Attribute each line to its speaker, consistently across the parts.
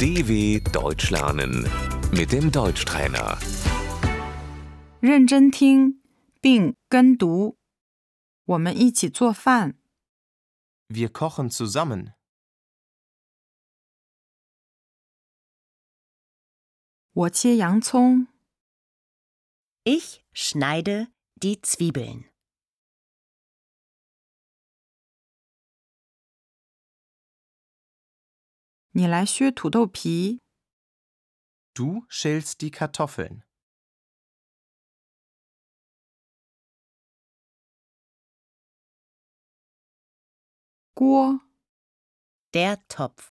Speaker 1: DW Deutsch lernen mit dem Deutschtrainer.
Speaker 2: 认真听并跟读。我们一起做饭，
Speaker 3: Wir kochen zusammen.
Speaker 2: 我切洋葱，
Speaker 4: Ich schneide die Zwiebeln.
Speaker 2: 你来削土豆皮，
Speaker 3: Du schälst die Kartoffeln.
Speaker 2: 锅、
Speaker 4: Der Topf.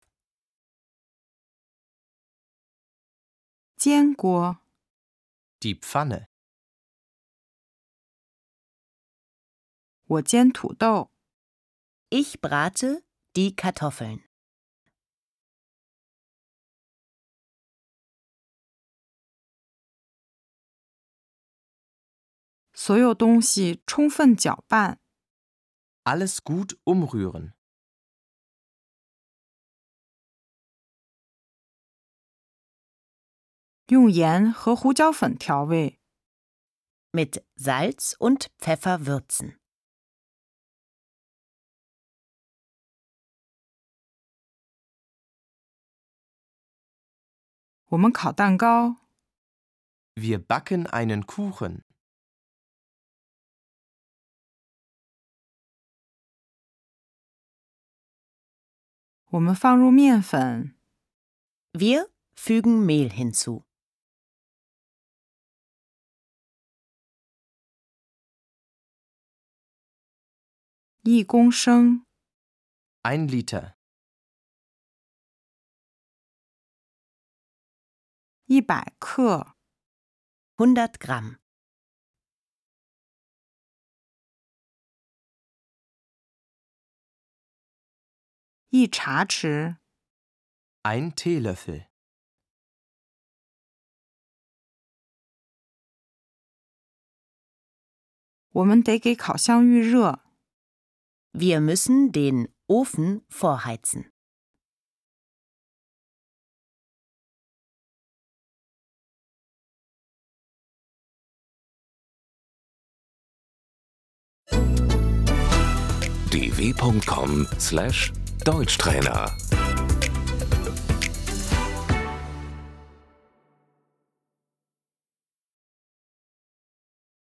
Speaker 2: 煎锅、
Speaker 3: Die Pfanne.
Speaker 2: 我煎土豆、
Speaker 4: Ich brate die Kartoffeln.
Speaker 2: 所有东西充分搅拌，
Speaker 3: Alles gut umrühren.
Speaker 2: 用盐和胡椒粉调味，
Speaker 4: Mit Salz und Pfeffer würzen.
Speaker 2: 我们烤蛋糕。
Speaker 3: Wir backen einen Kuchen.
Speaker 2: 我们放入面粉，
Speaker 4: Wir fügen Mehl hinzu.
Speaker 2: 一公升，
Speaker 3: Ein Liter.
Speaker 2: 一百克，
Speaker 4: 100 Gramm.
Speaker 2: 一茶匙，
Speaker 3: Ein Teelöffel.
Speaker 2: 我们得给烤箱预热。
Speaker 4: Wir müssen den Ofen vorheizen.
Speaker 1: dw.com/deutschtrainer